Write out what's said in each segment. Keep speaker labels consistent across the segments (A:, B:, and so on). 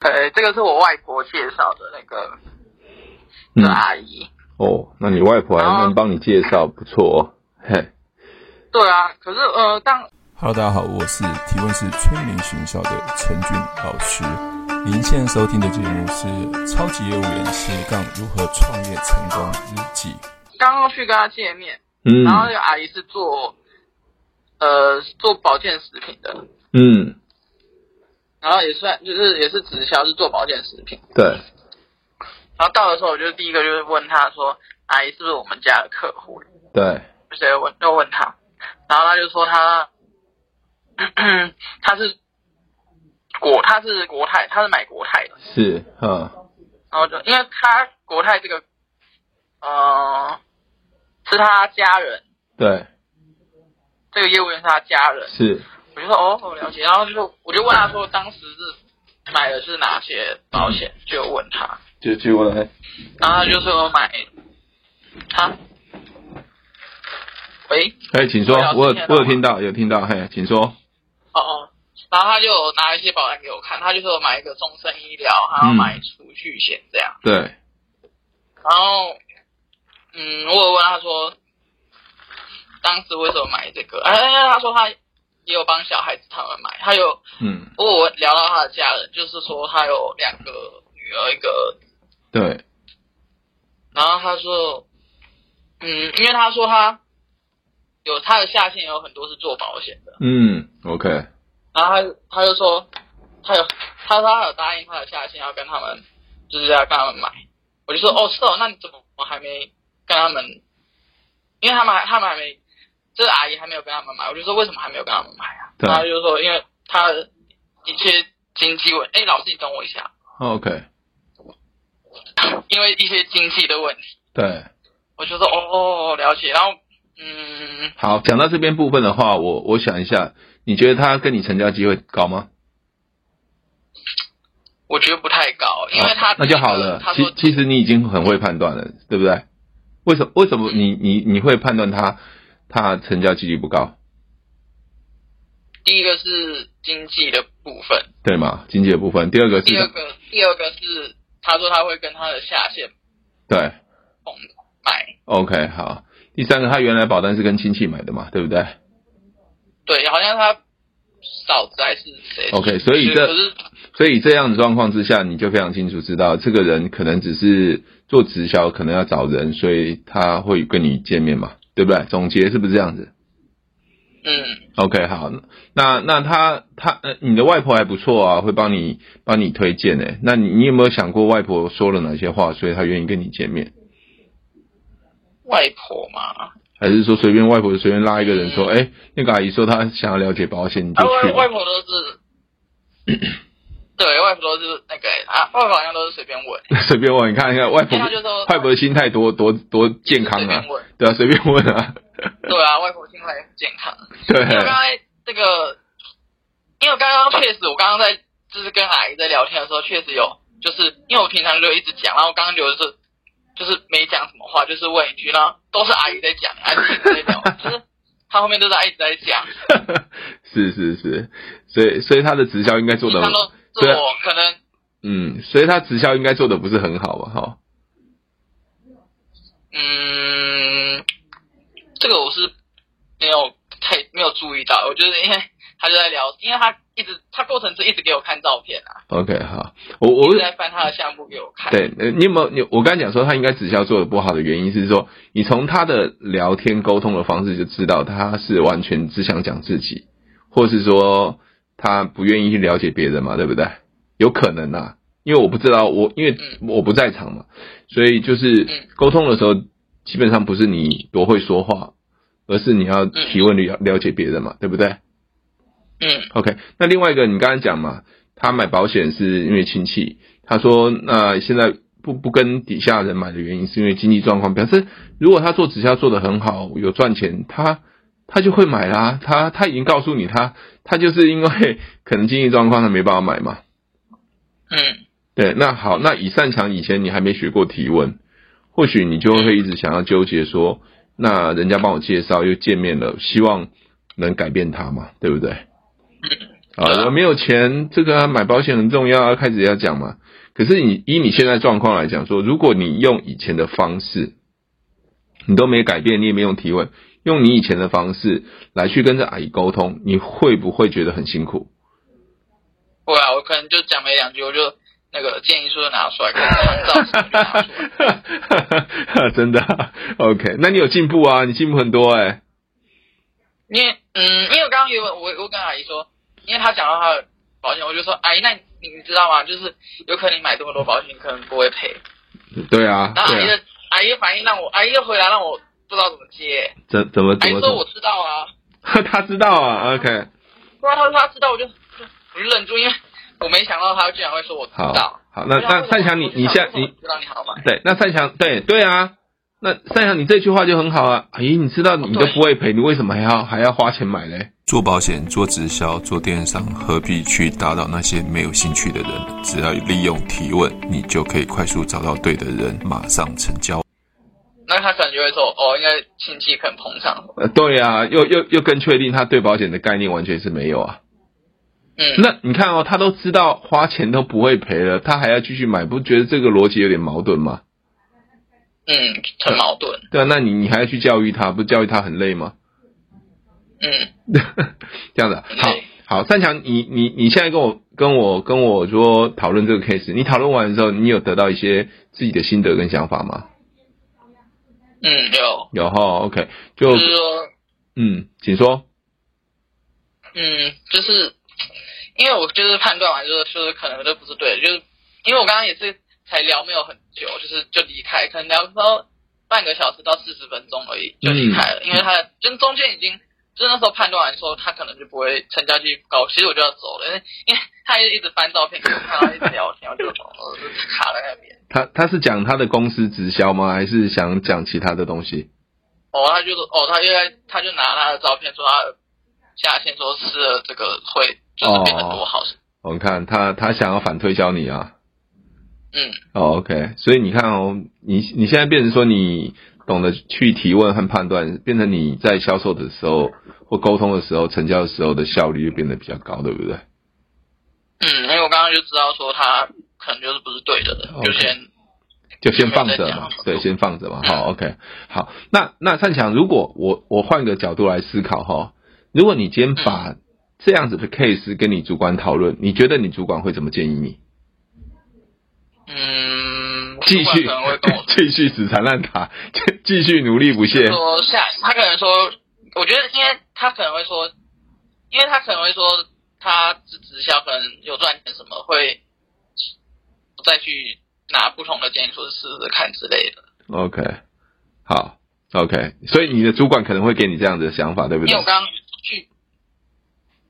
A: 对，呃这个是我外婆介绍的那个
B: 嗯
A: 的阿姨。
B: 哦，那你外婆还能帮你介绍，不错哦。嘿，
A: 对啊，可是呃，当
C: Hello，大家好，我是提问是催眠学校的陈俊老师。您现在收听的节目是《超级业务员斜杠如何创业成功日记》。
A: 刚刚去跟她见面，
B: 嗯
A: 然后那个阿姨是做呃做保健食品的，
B: 嗯，
A: 然后也算就是也是直销，是做保健食品。
B: 对，
A: 然后到的时候，我就第一个就是问她说：“阿姨是不是我们家的客户？”
B: 对，
A: 谁问就问他，然后他就说他 他是国他是国泰，他是买国泰的，
B: 是，嗯，
A: 然后哦就因为他国泰这个，呃，是他家人，
B: 对，
A: 这个业务员是他家人，
B: 是，
A: 我就说哦，我了解，然后就我就问他说当时是买的是哪些保险，就问他，
B: 就就问来，
A: 然后他就说买，啊，喂。
B: 哎，请说，我
A: 我有
B: 有
A: 听
B: 我有听
A: 见
B: 到，有听到，嘿，请说，
A: 哦哦，然后他就有拿一些保单给我看，他就说买一个终身医疗，还要买储蓄险这样。
B: 对，
A: 然后，嗯，我有问他说，当时为什么买这个？哎、他说他也有帮小孩子他们买，他有
B: 嗯，
A: 我有问聊到他的家人，就是说他有两个女儿一个儿子，
B: 对，
A: 然后他说，嗯，因为他说他有他的下线有很多是做保险的，
B: 嗯，OK，
A: 然后他就他就说，他有他说他有答应他的下线要跟他们，就是要跟他们买。我就说哦是哦，那你怎么还没跟他们？因为他们还他们还没，这个阿姨还没有跟他们买。我就说为什么还没有跟他们买啊？
B: 对
A: 然后他就说因为他的一些经济问，哎老师你等我一下，
B: ，OK，
A: 因为一些经济的问题，
B: 对，
A: 我就说哦了解。然后嗯，
B: 好，讲到这边部分的话，我我想一下，你觉得他跟你成交机会高吗？
A: 我觉得不太高，因为他、
B: 啊那就好了
A: 他。
B: 其
A: 说
B: 其实你已经很会判断了，对不对？为什么为什么你你你会判断他他成交几率不高，
A: 第一个是经济的部分。
B: 对吗？经济的部分，第二个
A: 第二
B: 是，
A: 个，第二个是他说他会跟他的下线
B: 对
A: 碰买，
B: ，OK，好。第三个，他原来保单是跟亲戚买的嘛，对不对
A: 呃对，好像他嫂子还是谁
B: ？OK，所哦以
A: 可
B: 这
A: 是
B: 所以这样的状况之下，你就非常清楚知道，这个人可能只是做直销，可能要找人，所以他会跟你见面嘛，对不对？总结是不是这样子？
A: 嗯，
B: OK，好，那那他他呃，你的外婆还不错啊，会帮你帮你推荐诶。那你你有没有想过外婆说了哪些话，所以她愿意跟你见面？
A: 外婆嘛，啊
B: 还是说随便外婆随便拉一个人说，哎、那个阿姨说她想要了解保险，你就
A: 嗯啊外
B: 去
A: 外
B: 吧？
A: 婆都是，对，外婆都是那个啊，外婆好像都是随便问，
B: 随便问，你看一看外婆
A: 因为她就说
B: 外婆的心态多多多健康
A: 随
B: 啊
A: 便，问，
B: 对啊，随便问啊，
A: 对啊，外婆心态很健康。啊
B: 对
A: 因为我刚才这个，因为我刚刚确实，我刚刚在就是跟阿姨在聊天的时候，确实有，就是因为我平常就一直讲，然后我刚刚就是就是没讲什么话，就是问一句，然后都是阿姨在讲，阿姨一直在讲， 就是她后面都是阿姨一直在讲，
B: 是是是，所以所以她的直销应该 做
A: 平
B: 的
A: 常，都是
B: 对啊
A: 我可能
B: 嗯，所以她直销应该做的不是很好吧？哈，
A: 嗯，这个我是没有太没有注意到，我就是因为她就在聊，因为她一直她过程是一直给我看照片啊，
B: OK，好，我我
A: 一直在翻她的项目给我看，
B: 对，呃你有没有？你我刚才讲说他应该直销做的不好的原因是说，你从他的聊天沟通的方式就知道他是完全只想讲自己，或是说他不愿意去了解别人嘛，对不对？有可能啊，因为我不知道，我因为我不在场嘛，所以就是
A: 嗯
B: 沟通的时候，基本上不是你多会说话，而是你要提问了了解别人嘛，对不对？
A: 嗯。
B: OK，那另外一个你刚才讲嘛，他买保险是因为亲戚，他说那现在不不跟底下人买的原因是因为经济状况，表示如果他做直销做得很好，有赚钱，他他就会买啦，他他已经告诉你他他就是因为可能经济状况他没办法买嘛，
A: 嗯
B: 对，那好，那以擅长以前你还没学过提问，或许你就会一直想要纠结说，那人家帮我介绍又见面了，希望能改变他嘛，对不对？
A: 对
B: 啊，
A: 啊
B: 我没有钱，这个啊买保险很重要啊，开始要讲嘛。可是你以你现在状况来讲说，如果你用以前的方式，你都没改变，你也没用提问，用你以前的方式来去跟这阿姨沟通，你会不会觉得很辛苦？
A: 会啊，我可能就讲没两句，我就那个建议书就拿出来，可能按照什么就拿出来。
B: 真的啊、OK？那你有进步啊，你进步很多哎、
A: 因为嗯，因为我刚刚有问我我跟阿姨说，因为她讲到她的保险，我就说阿姨，那你你知道吗？就是有可能你买这么多保险，你可能不会赔。
B: 对啊，
A: 然后阿姨
B: 对
A: 的、
B: 啊，
A: 阿姨的反应让我阿姨的回答让我不知道怎么接。
B: 怎怎么
A: 阿
B: 怎
A: 姨
B: 么
A: 说
B: 怎
A: 我
B: 么？
A: 知道啊，
B: 他知道啊，OK，
A: 不然她说她知道，我就就我就忍住，因为我没想到她居然会说我知
B: 好
A: 道。，
B: 好，那那善强你你现在
A: 在
B: 你
A: 知道你好买，
B: 对，那善祥，对对啊，那善祥，你这句话就很好啊。咦，你知道你都不会赔，你为什么还要还要花钱买嘞？
C: 做保险、做直销、做电商，何必去打扰那些没有兴趣的人？只要利用提问，你就可以快速找到对的人，马上成交。
A: 那她可能就会说哦，应该亲戚可能捧场。
B: 呃，对啊，又又又更确定他对保险的概念完全是没有啊。
A: 嗯，
B: 那你看哦，他都知道花钱都不会赔了，他还要继续买，不觉得这个逻辑有点矛盾吗？
A: 嗯，很矛盾。
B: 对啊，那你你还要去教育他，不教育他很累吗？
A: 嗯，
B: 这样子啊，好
A: 对
B: 好，善强，你你你现在跟我跟我跟我说讨论这个 case，你讨论完的时候，你有得到一些自己的心得跟想法吗？
A: 嗯，有，
B: 有哈，OK，就
A: 就是说。
B: 嗯，请说。
A: 嗯，就是因为我就是判断完，就是就是可能这不是对的，就是因为我刚刚也是才聊没有很久，就是就离开，可能聊到半个小时到四十分钟而已就离开了，因为他就是中间已经就是那时候判断完说他可能就不会成交几率不高，其实我就要走了，因为因为他就一直翻照片给我看，然后一直聊天，我就我就卡在那边。
B: 他他是讲他的公司直销吗？还是想讲其他的东西？
A: 哦，他就说，哦，他就在，他就拿他的照片说他下线说吃了这个会就是变得多
B: 哦
A: 好，
B: 我们看他他想要反推销你啊。
A: 嗯。
B: 哦，OK，所以你看哦，你你现在变成说你懂得去提问和判断，变成你在销售的时候或沟通的时候、成交的时候的效率就变得比较高，对不对？
A: 嗯，因为我刚刚就知道说他可能就是不是对的人
B: OK
A: 有些人
B: 就先放着嘛，对，先放着嘛。好，OK，好。那那善强，如果我我换个角度来思考哈，如果你今天把这样子的 case 跟你主管讨论，你觉得你主管会怎么建议你？
A: 嗯，
B: 继
A: 主管
B: 续
A: 可能会 跟我
B: 继续死缠烂打，继继续努力不懈。
A: 说下，他可能说，我觉得因为他可能会说，因为他可能会说他直直销可能有赚钱什么，会再去拿不同的建议说试试看之类的。
B: OK，好，OK。所以你的主管可能会给你这样的想法，对不
A: 因
B: 对
A: 为我？刚刚去，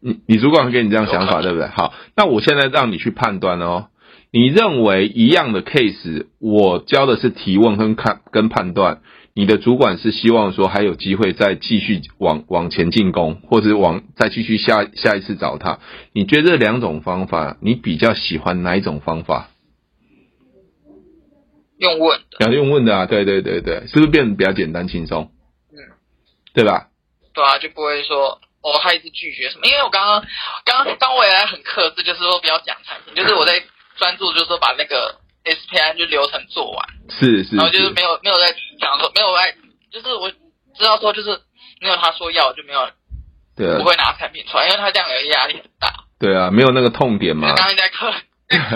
B: 你你主管会给你这样想
A: 有可
B: 法，
A: 能
B: 对不对？好，那我现在让你去判断哦。你认为一样的 case，我教的是提问跟看跟判断，你的主管是希望说还有机会再继续往往前进攻，或者往再继续下下一次找他。你觉得这两种方法，你比较喜欢哪一种方法？
A: 用问的，
B: 要用问的啊，对对对对，是不是变得比较简单轻松？
A: 嗯，
B: 对吧？
A: 对啊，就不会说哦，他一直拒绝什么。因为我刚刚刚刚刚我也很克制，就是说不要讲产品，就是我在专注，就是说把那个 SPI 就流程做完，
B: 是是
A: 然后就是
B: 是
A: 没有没有在讲说没有在，就是我知道说就是没有他说要，我就没有
B: 对
A: 不
B: 啊
A: 会拿产品出来，因为他这样有压力很大。
B: 对啊，没有那个痛点
A: 就是
B: 嘛。
A: 刚刚在 克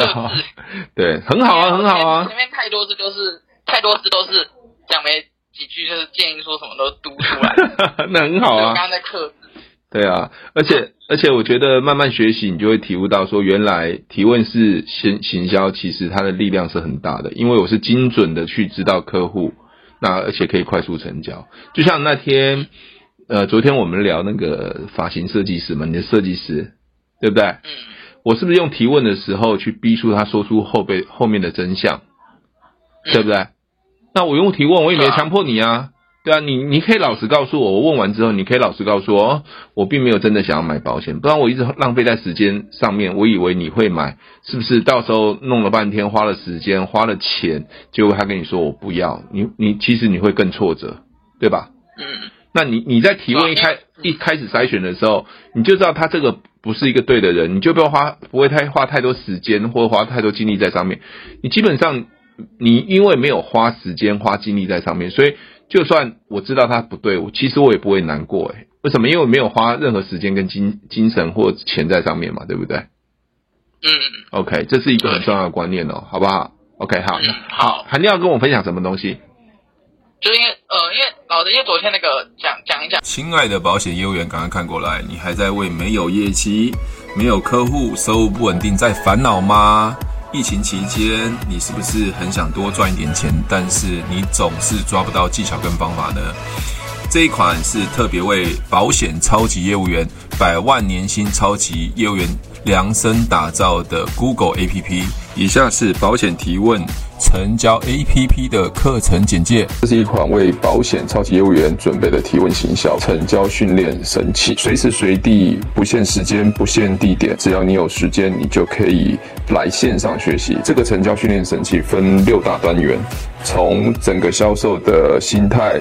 A: 在克制，
B: 对，很好啊，很好啊
A: 前。面太多次都是太多次都是讲没几句，就是建议说什么都嘟出来，
B: 那很 好
A: 所以我刚
B: 啊，
A: 刚在克制。
B: 对啊，而且而且我觉得慢慢学习，你就会体悟到说，原来提问式行行销其实它的力量是很大的，因为我是精准的去知道客户，那而且可以快速成交。就像那天，呃，昨天我们聊那个发型设计师嘛，你的设计师，对不对？
A: 嗯。
B: 我是不是用提问的时候去逼出他说出后背后面的真相，对不对？那我用提问，我也没强迫你啊，对啊，你你可以老实告诉我，我问完之后，你可以老实告诉我，哦我并没有真的想要买保险，不然我一直浪费在时间上面，我以为你会买，是不是？到时候弄了半天，花了时间，花了钱，结果他跟你说我不要，你你其实你会更挫折，对吧？
A: 嗯
B: 那你你在提问一开
A: 对啊因为
B: 一开始筛选的时候，你就知道他这个不是一个对的人，你就不要花不会太花太多时间或花太多精力在上面。你基本上你因为没有花时间花精力在上面，所以就算我知道他不对，我其实我也不会难过诶、为什么？因为我没有花任何时间跟精精神或钱在上面嘛，对不对
A: 嗯
B: ？OK，这是一个很重要的观念哦，好不好？OK，好，
A: 嗯，好。
B: 韩亮跟我分享什么东西？
A: 就是因为呃，因为老的，因为昨天那个讲讲一讲，
C: 亲爱的保险业务员，赶快看过来！你还在为没有业绩、没有客户、收入不稳定在烦恼吗？疫情期间，你是不是很想多赚一点钱，但是你总是抓不到技巧跟方法呢？这一款是特别为保险超级业务员、百万年薪超级业务员量身打造的 Google APP。以下是保险提问成交 APP 的课程简介。
D: 这是一款为保险超级业务员准备的提问行销、成交训练神器，随时随地、不限时间、不限地点，只要你有时间，你就可以来线上学习。这个成交训练神器分六大单元，从整个销售的心态。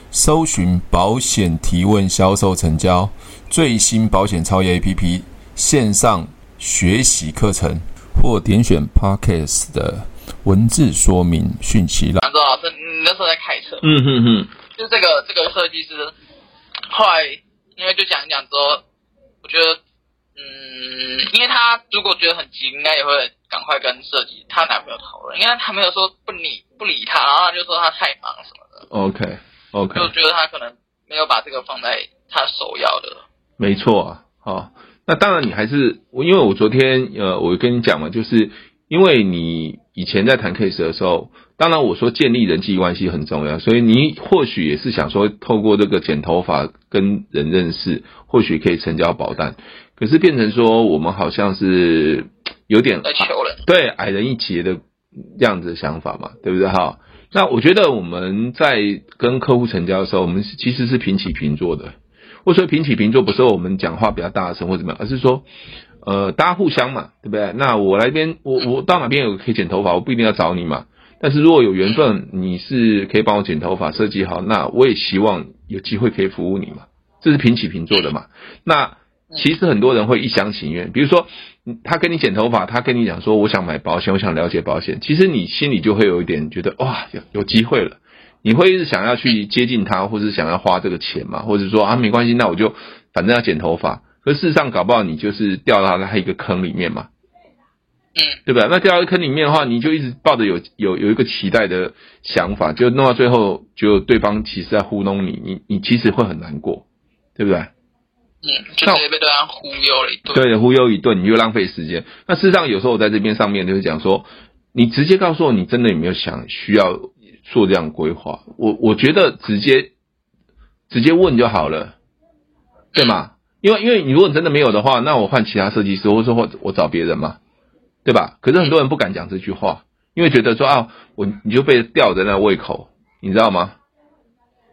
C: 搜寻保险提问销售成交最新保险超越 APP 线上学习课程，或点选 Podcast 的文字说明讯息栏。
A: 想说老师，你那时候在开车，
B: 嗯哼哼，
A: 就这个这个设计师，后来因为就讲一讲之后，我觉得，嗯，因为他如果觉得很急，应该也会赶快跟设计她男朋友讨论，因为她没有说不理不理他，然后他就说他太忙什么的，
B: ，OK OK，
A: 就觉得嗯他可能没有把这个放在他首要的，
B: 没错啊，好、那当然你还是，我因为我昨天呃，我跟你讲嘛，就是因为你以前在谈 case 的时候，当然我说建立人际关系很重要，所以你或许也是想说透过这个剪头发跟人认识，或许可以成交保单，可是变成说我们好像是有点
A: 在求人，
B: 对矮人一截的这样子的想法嘛，对不对哈？那我觉得我们在跟客户成交的时候，我们其实是平起平坐的。或者说平起平坐，不是说我们讲话比较大声或怎么样，而是说，呃，大家互相嘛，对不对？那我来这边，我我到哪边有可以剪头发，我不一定要找你嘛。但是如果有缘分，你是可以帮我剪头发，设计好，那我也希望有机会可以服务你嘛。这是平起平坐的嘛。那其实很多人会一厢情愿，比如说嗯他跟你剪头发，他跟你讲说我想买保险，我想了解保险，其实你心里就会有一点觉得哇有有机会了，你会一直想要去接近他，或是想要花这个钱嘛，或者说啊没关系，那我就反正要剪头发，可事实上搞不好你就是掉到他一个坑里面嘛，
A: 嗯，
B: 对吧？那掉到坑里面的话，你就一直抱着有有有一个期待的想法，就弄到最后，就对方其实在糊弄你，你你其实会很难过，对不对？
A: 嗯，就直接被对方忽悠了一顿，
B: 对，忽悠一顿，你又浪费时间。那事实上，有时候我在这边上面就是讲说，你直接告诉我你真的有没有想需要做这样的规划，我我觉得直接直接问就好了，对吗？因为因为你如果真的没有的话，那我换其他设计师，或者说或我找别人嘛，对吧？可是很多人不敢讲这句话，因为觉得说啊，我你就被吊在那胃口，你知道吗？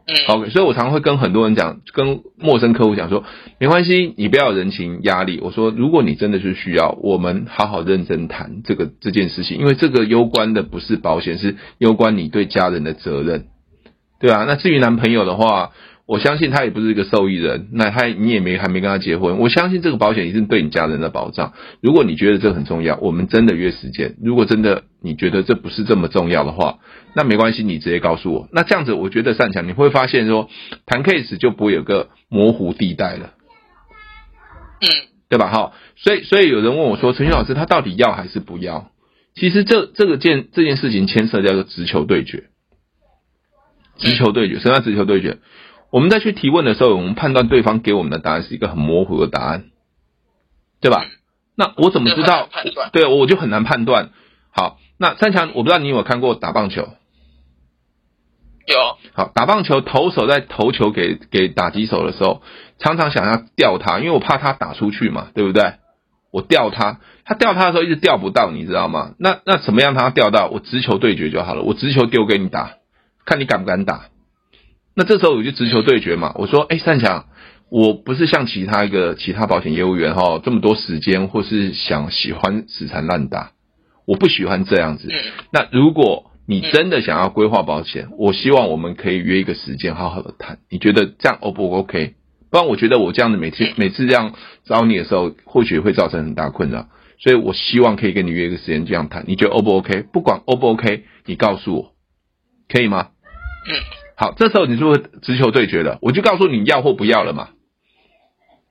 A: 嗯，
B: OK，所以我常会跟很多人讲，跟陌生客户讲说，没关系，你不要有人情压力。我说，如果你真的是需要，我们好好认真谈这个这件事情，因为这个攸关的不是保险，是攸关你对家人的责任，对啊，那至于男朋友的话，我相信他也不是一个受益人，那他你也没还没跟他结婚，我相信这个保险一定对你家人的保障。如果你觉得这很重要，我们真的约时间。如果真的你觉得这不是这么重要的话，那没关系，你直接告诉我。那这样子，我觉得善强，你会发现说，谈 case 就不会有个模糊地带了，
A: 嗯，
B: 对吧？哈，所以所以有人问我说，陈俊老师他到底要还是不要？其实这这个件这件事情牵涉叫做直球对决，直球对
A: 嗯
B: 决，什么叫直球对决？我们在去提问的时候，我们判断对方给我们的答案是一个很模糊的答案，对吧？那我怎么知道
A: 嗯这很难判断
B: 对，我就很难判断。好，那三强，我不知道你有没有看过打棒球？
A: 有，
B: 好，打棒球投手在投球给给打击手的时候，常常想要吊他，因为我怕他打出去嘛，对不对？我吊他，他吊他的时候一直吊不到，你知道吗？那那怎么样他吊到？我直球对决就好了，我直球丢给你打，看你敢不敢打。那这时候我就直球对决嘛，我说，哎，善强，我不是像其他一个其他保险业务员哈、这么多时间，或是想喜欢死缠烂打，我不喜欢这样子。
A: 嗯
B: 那如果你真的想要规划保险，我希望我们可以约一个时间好好的谈。你觉得这样 O 不 OK？不然我觉得我这样子每次每次这样找你的时候，或许会造成很大困扰。所以我希望可以跟你约一个时间这样谈，你觉得 O 不 OK？不管 O 不 OK，你告诉我，可以吗？
A: 嗯。
B: 好，这时候你是不是直球对决了？我就告诉你要或不要了嘛。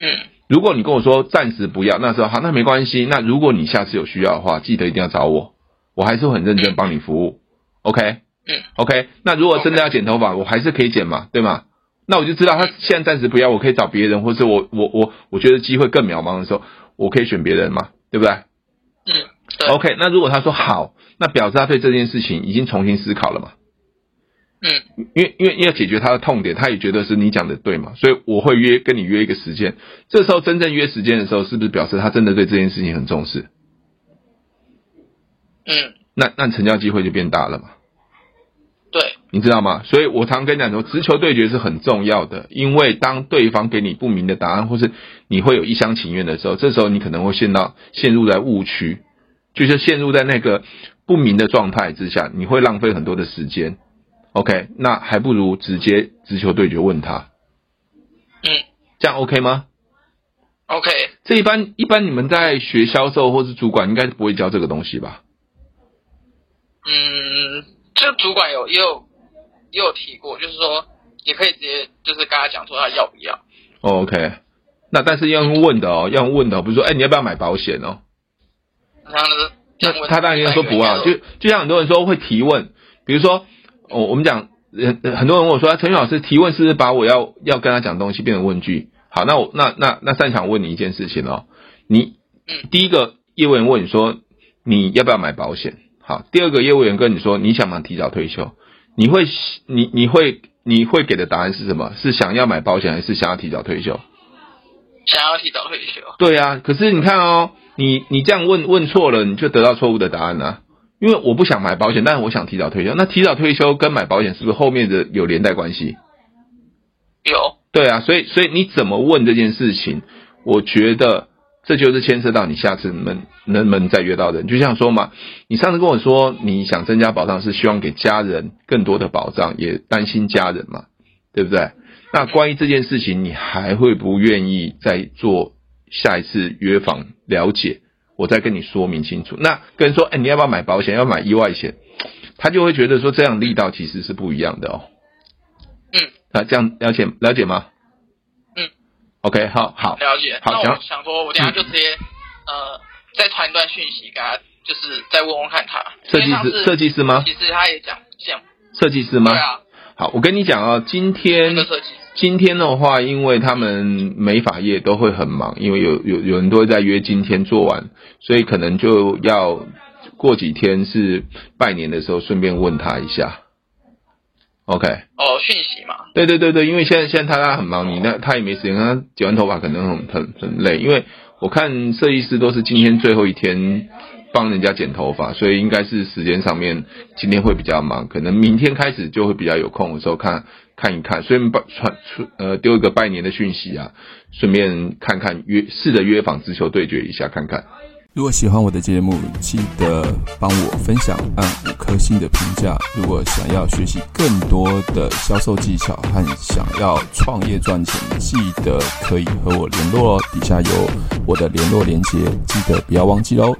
A: 嗯，
B: 如果你跟我说暂时不要，那时候好，那没关系。那如果你下次有需要的话，记得一定要找我，我还是会很认真帮你服务。OK，
A: 嗯
B: ，OK。那如果真的要剪头发，我还是可以剪嘛，对吗？那我就知道他现在暂时不要，我可以找别人，或是我我我我觉得机会更渺茫的时候，我可以选别人嘛，对不对？
A: 嗯，对
B: OK，那如果他说好，那表示他对这件事情已经重新思考了嘛？
A: 嗯，
B: 因为因为要解决他的痛点，他也觉得是你讲的对嘛，所以我会约跟你约一个时间。这时候真正约时间的时候，是不是表示他真的对这件事情很重视？
A: 嗯，
B: 那那成交机会就变大了嘛，
A: 对，
B: 你知道吗？所以我常跟你讲说，直球对决是很重要的，因为当对方给你不明的答案，或是你会有一厢情愿的时候，这时候你可能会陷到陷入在误区，就是陷入在那个不明的状态之下，你会浪费很多的时间。OK，那还不如直接直球对决问他，
A: 嗯
B: 这样 OK 吗？
A: ，OK，
B: 这一般一般你们在学销售或是主管应该不会教这个东西吧？
A: 嗯，就主管有也有也有提过，就是说也可以直接就是跟他讲说他要不要，
B: 哦 OK，那但是要用问的哦，要用问的哦、不是说哎、你要不要买保险哦？
A: 然后呢，这样问
B: 他当然应该说不啊要，就就像很多人说会提问，比如说哦我们讲呃呃很多人问我说啊陈宇老师提问是不是把我要要跟他讲的东西变成问句？好，那我那那那擅长问你一件事情哦，你
A: 嗯
B: 第一个业务员问你说你要不要买保险？好，第二个业务员跟你说你想不想提早退休？你会你你会你会给的答案是什么？是想要买保险还是想要提早退休？
A: 想要提早退休，
B: 对啊，可是你看哦，你你这样问问错了，你就得到错误的答案啊。因为我不想买保险，但是我想提早退休。那提早退休跟买保险是不是后面的有连带关系？
A: 有，
B: 对啊，所以所以你怎么问这件事情，我觉得这就是牵涉到你下次能能不能再约到人。就像说嘛，你上次跟我说你想增加保障是希望给家人更多的保障，也担心家人嘛，对不对？那关于这件事情，你还会不愿意再做下一次约访了解？我再跟你说明清楚。那跟人说，哎，你要不要买保险？要不要买意外险？他就会觉得说这样力道其实是不一样的哦。
A: 嗯，
B: 啊，这样了解了解吗？
A: 嗯
B: ，OK，好好，
A: 了解。
B: 好嗯
A: 那我
B: 想
A: 想说，我等一下就直接呃再传一段讯息给他，就是再问问看他。
B: 设计师设
A: 计
B: 计师吗？
A: 其实他也讲讲，
B: 设计师吗？
A: 对啊，
B: 好，我跟你讲啊，今
A: 那
B: 天
A: 个设计师，
B: 今天的话，因为他们美发业都会很忙，因为有有有人都会在约今天做完，所以可能就要过几天是拜年的时候，顺便问他一下。OK，
A: 哦，讯息嘛，
B: 对对对对，因为现在现在他他很忙，你那他也没时间，他剪完头发可能很很很累，因为我看设计师都是今天最后一天帮人家剪头发，所以应该是时间上面今天会比较忙，可能明天开始就会比较有空的时候看看一看，顺便拜传出呃丢一个拜年的讯息啊，顺便看看约试着约访直球对决一下看看。
C: 如果喜欢我的节目，记得帮我分享，按五颗星的评价。如果想要学习更多的销售技巧和想要创业赚钱，记得可以和我联络哦，底下有我的联络连接，记得不要忘记喽。